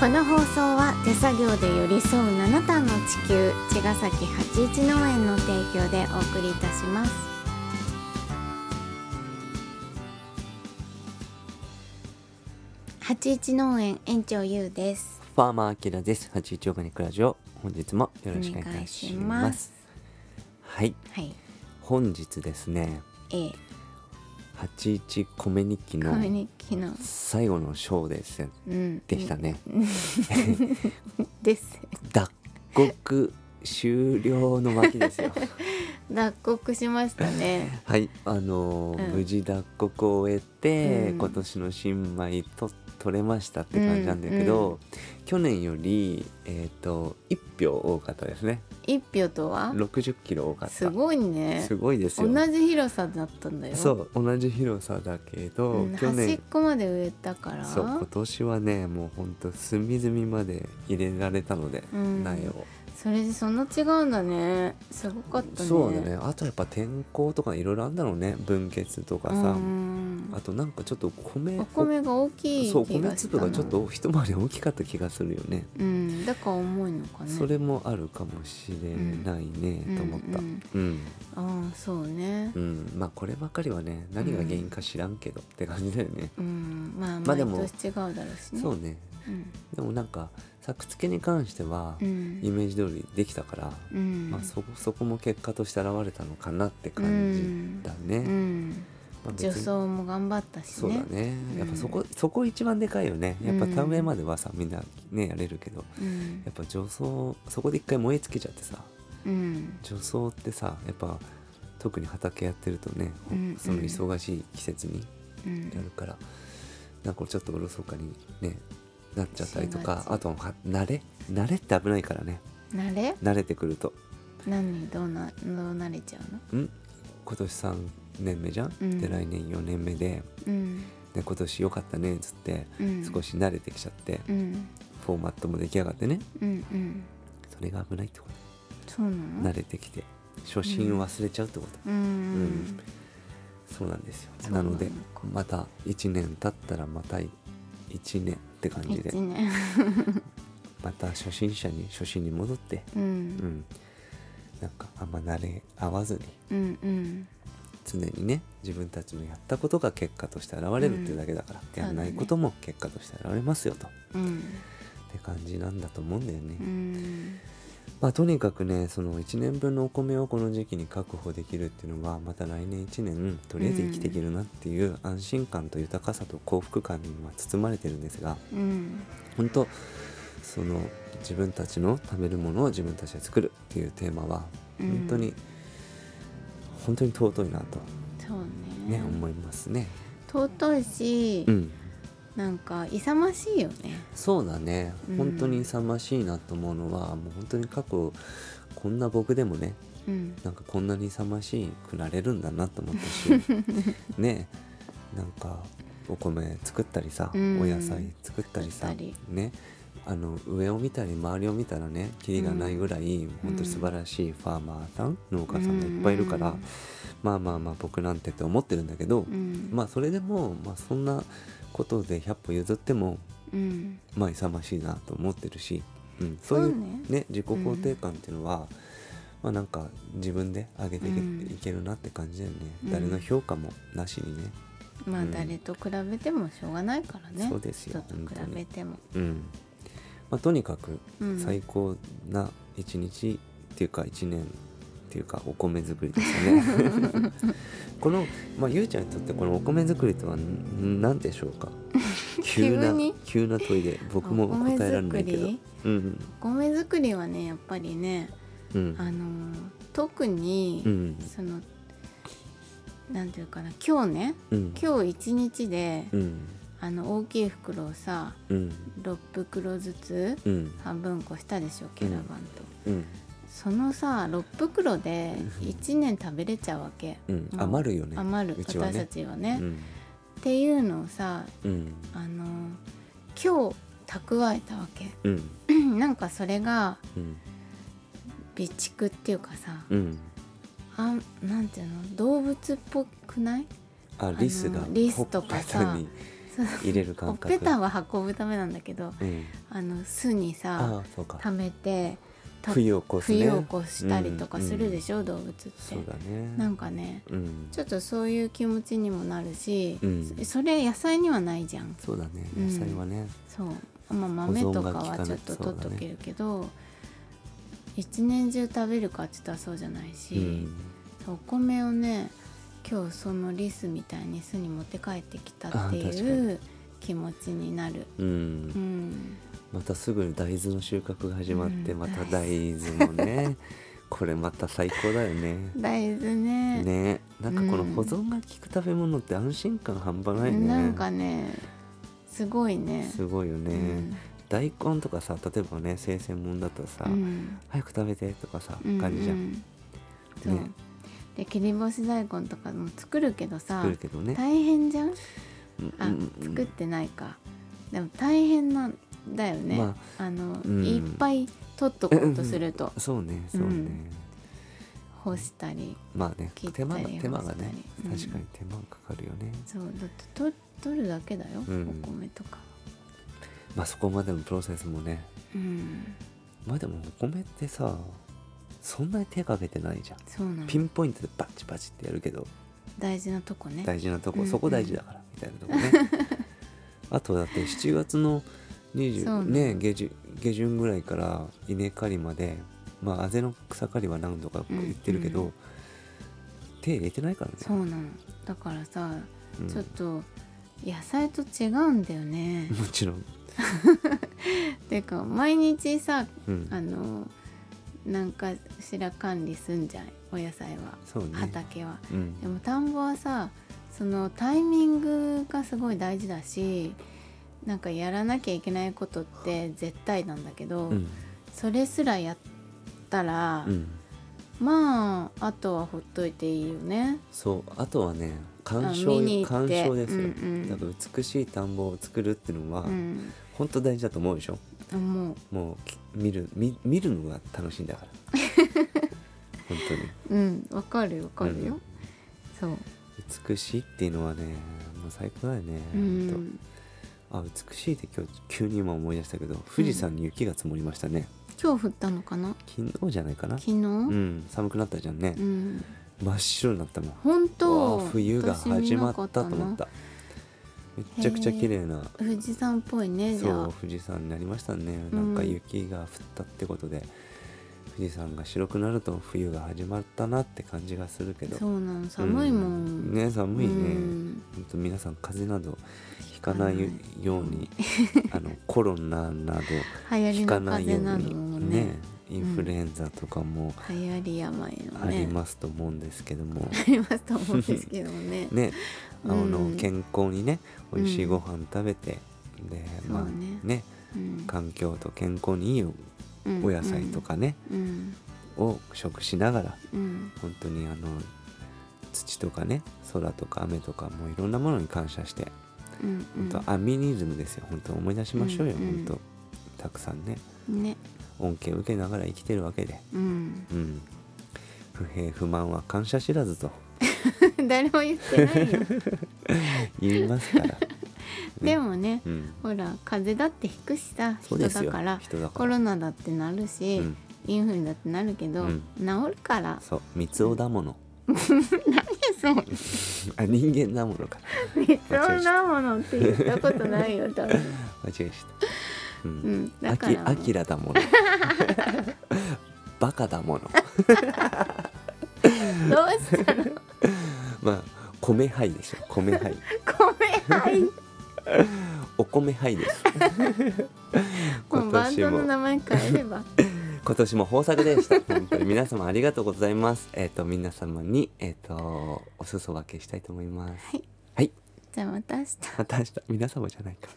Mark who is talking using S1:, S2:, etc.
S1: この放送は手作業で寄り添う7段の地球茅ヶ崎八一農園の提供でお送りいたします八一農園園長ゆうです
S2: ファーマーアキラです。八一オーガニックラジオ、本日もよろしくお願いし
S1: お願い
S2: ま。
S1: します
S2: はい、
S1: はい
S2: 本日ですね、
S1: え
S2: 八一米日記
S1: コ
S2: の
S1: ミュニティの
S2: 最後のショーです。
S1: うん
S2: でしたね。
S1: です
S2: 脱獄終了の巻ですよ。
S1: 脱獄しました ね
S2: はい、あのー
S1: うん
S2: 無事脱獄を終えて、
S1: うん
S2: 今年の新米と取れましたって感じなんだけ
S1: うんう
S2: ど、去年よりえっ、と一票多かったですね。
S1: 一票とは
S2: 六十キロ多かった。
S1: すごいね
S2: すごいですよ。
S1: 同じ広さだったんだよ
S2: そう同じ広さだけど、
S1: うん
S2: 去
S1: 端っ
S2: 年
S1: こまで植えたから
S2: そう今年はねもうほんと隅々まで入れられたので、
S1: うん
S2: 苗を
S1: それでそんな違うんだねすごかったね
S2: そうだねあとやっぱ天候とかいろいろあんだろうね分血とかさ、
S1: うん
S2: あとなんかちょっと米
S1: お米が大きい
S2: そう
S1: 気
S2: 米
S1: がした
S2: 粒がちょっと一回り大きかった気がするよね、
S1: うんだから重いのかね
S2: それもあるかもしれないね、と思った
S1: う
S2: うんん、
S1: ああそうね
S2: うんまあこればかりはね何が原因か知らんけどって感じだよね、
S1: うん、まあ
S2: まあで
S1: 毎
S2: も
S1: 年違うだろうしね
S2: そうね
S1: うん
S2: でもなんか作付けに関しては、
S1: うん
S2: イメージ通りできたから、
S1: うん
S2: まあ、そこそこも結果として現れたのかなって感じだね。
S1: うん
S2: まあ別
S1: 除
S2: に
S1: 草も頑張ったし
S2: そう
S1: ね
S2: だね、
S1: うん
S2: やっぱそこそこ一番でかいよねやっぱ
S1: うん
S2: 田植えまではさみんなねやれるけど
S1: うん
S2: やっぱ除草そこで一回燃え尽きちゃってさ
S1: うん
S2: 除草ってさやっぱ特に畑やってるとね、ほ
S1: うん
S2: その忙しい季節に
S1: うん
S2: やるから、なんかちょっとおろそかに、ね、なっちゃったりと
S1: し
S2: か
S1: がち
S2: あとは慣れ慣れって危ないからね
S1: 慣れ
S2: 慣れてくると
S1: 何どうなどう慣れちゃうの
S2: ん今年3年目じゃん、
S1: うん
S2: で来年4年目で
S1: うん
S2: で今年良かったねっつって
S1: うん
S2: 少し慣れてきちゃって、
S1: うん
S2: フォーマットも出来上がってね
S1: うんうん
S2: それが危ないってこ
S1: そうな
S2: と、
S1: の
S2: 慣れてきて初心を忘れちゃうってこと、
S1: うんうん
S2: そうなんですよ
S1: そうな
S2: な
S1: の
S2: ので
S1: か
S2: また1年経ったらまた1年って感じで
S1: 一年
S2: また初心者に初心に戻って
S1: う
S2: うんんなんかあんま慣れ合わずに
S1: うんうん
S2: 常にね自分たちのやったことが結果として現れるっていうだけだから、
S1: うん
S2: やらないことも結果として現れますよと、
S1: うん
S2: って感じなんだと思うんだよね、
S1: うん
S2: まあとにかくねその1年分のお米をこの時期に確保できるっていうのはまた来年1年とりあえず生きていけるなっていう安心感と豊かさと幸福感には包まれてるんですが
S1: うん
S2: 本当その自分たちの食べるものを自分たちで作るっていうテーマは
S1: うん
S2: 本当に、本当に尊いなと
S1: そうね
S2: ね、思いますね。
S1: 尊いし、
S2: うん、
S1: なんか勇ましいよね
S2: そうだね、
S1: うん
S2: 本当に勇ましいなと思うのはもう本当に過去こんな僕でもね
S1: うん
S2: なんかこんなに勇ましくなれるんだなと思ったし ねなんかお米作ったりさ、
S1: うん
S2: お野菜作ったりさ
S1: 作ったり
S2: ねあの上を見たり周りを見たらねキリがないぐらい、本当に素晴らしいファーマーさん農家さんがいっぱいいるか
S1: う
S2: ら、
S1: ん
S2: まあまあまあ僕なんてって思ってるんだけど、
S1: うん
S2: まあそれでも、まあ、そんなことで100歩譲っても
S1: うん
S2: まあ勇ましいなと思ってるし、うん、そうい
S1: そう
S2: う
S1: ね
S2: ね自己肯定感っていうのは、まあなんか自分で上げていけ,、
S1: うん
S2: るなって感じだよね、
S1: うん
S2: 誰の評価もなしにね
S1: まあ
S2: うん
S1: 誰と比べてもしょうがないからね、
S2: そうですよ
S1: 人と比べても
S2: うん、まあ、とにかく
S1: うん
S2: 最高な一日っていうか一年っていうかお米作りでした ねこの、まあ、ゆうちゃんにとってこのお米作りとは何でしょうか急な
S1: 急に
S2: 急な問いで僕も答えられないけど
S1: お米作り
S2: うん
S1: お米作りはねやっぱりね
S2: うんうん
S1: あのー特に、
S2: うん
S1: そのなんていうかな今日ね
S2: うん
S1: 今日一日で、
S2: うん
S1: あの大きい袋をさ
S2: うん
S1: 6袋ずつ
S2: うん
S1: 半分こしたでしょキャラバンと、
S2: うん
S1: そのさ6袋で1年食べれちゃうわけ、
S2: うん
S1: もう
S2: 余るよね
S1: 余る
S2: うちは
S1: 私た
S2: ね
S1: ちはね、
S2: う
S1: っ
S2: ん
S1: ていうのをさ
S2: うん
S1: あの今日蓄えたわけ
S2: うん
S1: なんかそれが
S2: うん
S1: 備蓄っていうかさ
S2: うん
S1: あなんていうの動物っぽくない
S2: あリスが
S1: あのリスとかさ
S2: ほっぺたに
S1: そう
S2: 入れる感
S1: ほっ
S2: 覚
S1: ぺたは運ぶためなんだけど
S2: うん、
S1: あの巣にさ
S2: ああそうか
S1: 溜めてた
S2: 冬を越すね
S1: 冬を越したりとかするでしょ、動物って
S2: そうだね
S1: なんかね
S2: うん
S1: ちょっとそういう気持ちにもなるし、
S2: うん
S1: そそれ野菜にはないじゃん
S2: そうだね
S1: うん
S2: 野菜はね、
S1: そう、まあ、豆とか
S2: 保存が効かな
S1: はいちょっと取っと
S2: そうだね
S1: けるけど、一年中食べるかって言ったらそうじゃないし、
S2: うん
S1: そうお米をね今日そのリスみたいに巣に持って帰ってきたって
S2: あ確
S1: いう気持ちになる。
S2: うん
S1: うん、
S2: またすぐに大豆の収穫が始まって、
S1: うん
S2: また大豆もねこれまた最高だよね
S1: 大豆ね
S2: ねなんかこの
S1: うん
S2: 保存が効く食べ物って安心感半端ないね
S1: なんかねすごいね。
S2: すごいよね、大根とかさ例えばね生鮮もんだったらさ、
S1: うんうん
S2: 早く食べてとかさ感じじゃん、
S1: うんうんそう
S2: ね
S1: で切り干し大根とかも作るけどさ
S2: 作るけどね
S1: 大変じゃん
S2: うん
S1: あ、
S2: うんうん
S1: 作ってないかでも大変なんだよね、
S2: ま
S1: あ、の、
S2: うん
S1: いっぱい取っとこうとすると
S2: そうねそうね、
S1: うん干したり
S2: まあね
S1: 切った
S2: 手
S1: り
S2: 間が
S1: 干したり
S2: 手間がね、
S1: うん
S2: 確かに手間がかかるよね
S1: そうだって取取るだけだよ、
S2: うん
S1: お米とか
S2: まあそこまでのプロセスもね
S1: うん
S2: まあでもお米ってさそんなに手かけてないじゃん
S1: そうなの
S2: ピンポイントでバチバチってやるけど
S1: 大事なとこね
S2: 大事なと
S1: うん
S2: こ
S1: うん
S2: そこ大事だからみたいなとこね あとだって7月の
S1: そう
S2: 20
S1: ね
S2: ね下旬下旬ぐらいから稲刈りまでまああぜの草刈りは何度か言ってるけど、
S1: うんうん
S2: 手入れてないからね
S1: そうなのだからさ、
S2: うん
S1: ちょっと野菜と違うんだよ ね
S2: もちろん、
S1: ていうか毎日さ
S2: うん、
S1: あのなんかしら管理すんじゃんお野菜は
S2: そうね
S1: 畑は、
S2: うん
S1: でも田んぼはさそのタイミングがすごい大事だしなんかやらなきゃいけないことって絶対なんだけど、
S2: うん
S1: それすらやったら、
S2: うん
S1: まああとはほっといていいよね。
S2: そうあとはね
S1: あ
S2: 鑑
S1: 見に
S2: 賞
S1: 行っ
S2: 鑑
S1: て
S2: 賞ですよ、
S1: うんうん
S2: だから美しい田んぼを作るっていうのは、
S1: うん、
S2: 本当大事だと思うでしょ
S1: もう
S2: もうき見る見見るのが楽しいんだから 本当に
S1: うんわかるよわかるよ。
S2: うん
S1: そう、
S2: 美しいっていうのはねもう最高だよね、
S1: うん、
S2: ほんとあ美しいって今日急に今思い出したけど富士山に雪が積もりましたね、
S1: 今日降ったのかな
S2: 昨日じゃないかな
S1: 昨日、う
S2: うんん寒くなったじゃんね、真っ白になったもん
S1: 本当
S2: わあ冬が
S1: 私見
S2: 始ま
S1: な
S2: っ
S1: か
S2: た
S1: な
S2: と思っためちゃくちゃ綺麗な
S1: 富士山っぽいねじゃ
S2: そ
S1: あ
S2: う富士山になりましたね、
S1: うん
S2: なんか雪が降ったってことで富士山が白くなると冬が始まったなって感じがするけど
S1: そうなの寒いもん、
S2: うんね寒いね、
S1: うん
S2: ほんと皆さん風邪などひかない
S1: ひか
S2: ように あのコロナなど
S1: 流行り
S2: ひ
S1: の
S2: か
S1: 風
S2: ないよ
S1: 邪
S2: う
S1: なども
S2: に
S1: ね
S2: ねインフルエンザとかも
S1: 流行り病のね
S2: ありますと思うんですけども、
S1: ありますと思うんですけどもね
S2: ねあ
S1: う
S2: の
S1: ん
S2: 健康にね美味しい
S1: うん
S2: ご飯食べて、でまあ
S1: そうね
S2: ね
S1: うん
S2: 環境と健康にいいお野菜とかね、
S1: うん
S2: を食しながら
S1: うん
S2: 本当にあの土とかね空とか雨とかもういろんなものに感謝して
S1: うんう
S2: 本
S1: ん
S2: 当アミニズムですよ本当思い出しましょうよ、
S1: うんうん
S2: 本当たくさんね
S1: ね
S2: 恩恵を受けながら生きてるわけで、
S1: うん、
S2: うん、不平不満は感謝知らずと
S1: 誰も言ってない よ
S2: 言います から、
S1: でもね
S2: うん、
S1: ほら風邪だってひくしさ人
S2: そうです
S1: だ
S2: よ
S1: から
S2: 人だ
S1: コ
S2: から
S1: ロナだってなるし、
S2: うん
S1: インフルだってなるけど、
S2: うん
S1: 治るから
S2: そう三つ男だもの
S1: そう
S2: あ人間だものか
S1: 三つ男なものって言ったことないよ多分、
S2: 間違えした、
S1: う
S2: う、
S1: んん、だ
S2: あ
S1: か
S2: き
S1: ら
S2: あきらだものバカだもの
S1: どうしたの
S2: まあ米杯でしょ米杯
S1: 米入っ
S2: お米杯です
S1: もうバンドの名前変えれば
S2: 今年も豊作でした。本当に皆様ありがとうございます。えっ、と皆様にえっ、とお裾分けしたいと思います。
S1: はい
S2: はい。
S1: じゃあまた明日
S2: また明日皆様じゃないか。